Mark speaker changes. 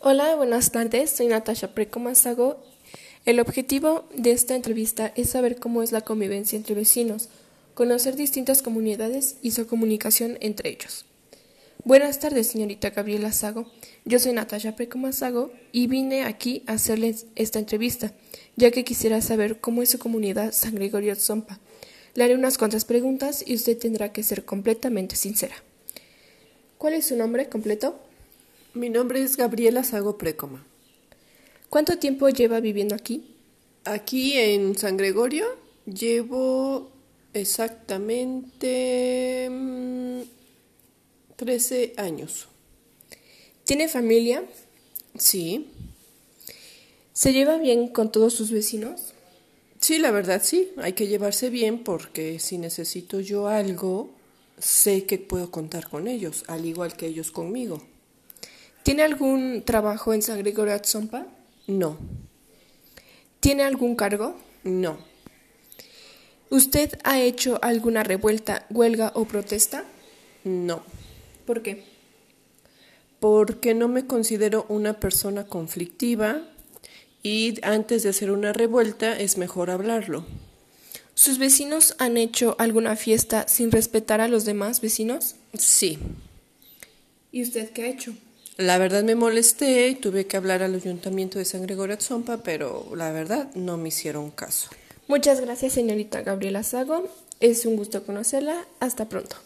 Speaker 1: Hola, buenas tardes. Soy Natasha Preco Mazago. El objetivo de esta entrevista es saber cómo es la convivencia entre vecinos, conocer distintas comunidades y su comunicación entre ellos. Buenas tardes, señorita Gabriela Sago. Yo soy Natasha Preco Mazago y vine aquí a hacerles esta entrevista, ya que quisiera saber cómo es su comunidad San Gregorio Zompa. Le haré unas cuantas preguntas y usted tendrá que ser completamente sincera. ¿Cuál es su nombre completo?
Speaker 2: Mi nombre es Gabriela Sago Précoma.
Speaker 1: ¿Cuánto tiempo lleva viviendo aquí?
Speaker 2: Aquí en San Gregorio llevo exactamente mm, 13 años.
Speaker 1: ¿Tiene familia?
Speaker 2: Sí,
Speaker 1: ¿Se lleva bien con todos sus vecinos?
Speaker 2: sí, la verdad sí, hay que llevarse bien porque si necesito yo algo, sé que puedo contar con ellos, al igual que ellos conmigo.
Speaker 1: ¿Tiene algún trabajo en San Gregorio Atzompa?
Speaker 2: No,
Speaker 1: ¿Tiene algún cargo?
Speaker 2: no,
Speaker 1: ¿Usted ha hecho alguna revuelta, huelga o protesta?
Speaker 2: no,
Speaker 1: ¿Por qué?
Speaker 2: porque no me considero una persona conflictiva y antes de hacer una revuelta es mejor hablarlo.
Speaker 1: ¿Sus vecinos han hecho alguna fiesta sin respetar a los demás vecinos?
Speaker 2: Sí,
Speaker 1: ¿Y usted qué ha hecho?
Speaker 2: La verdad me molesté y tuve que hablar al ayuntamiento de San Gregorio Atzompa, pero la verdad no me hicieron caso.
Speaker 1: Muchas gracias, señorita Gabriela Sago. Es un gusto conocerla. Hasta pronto.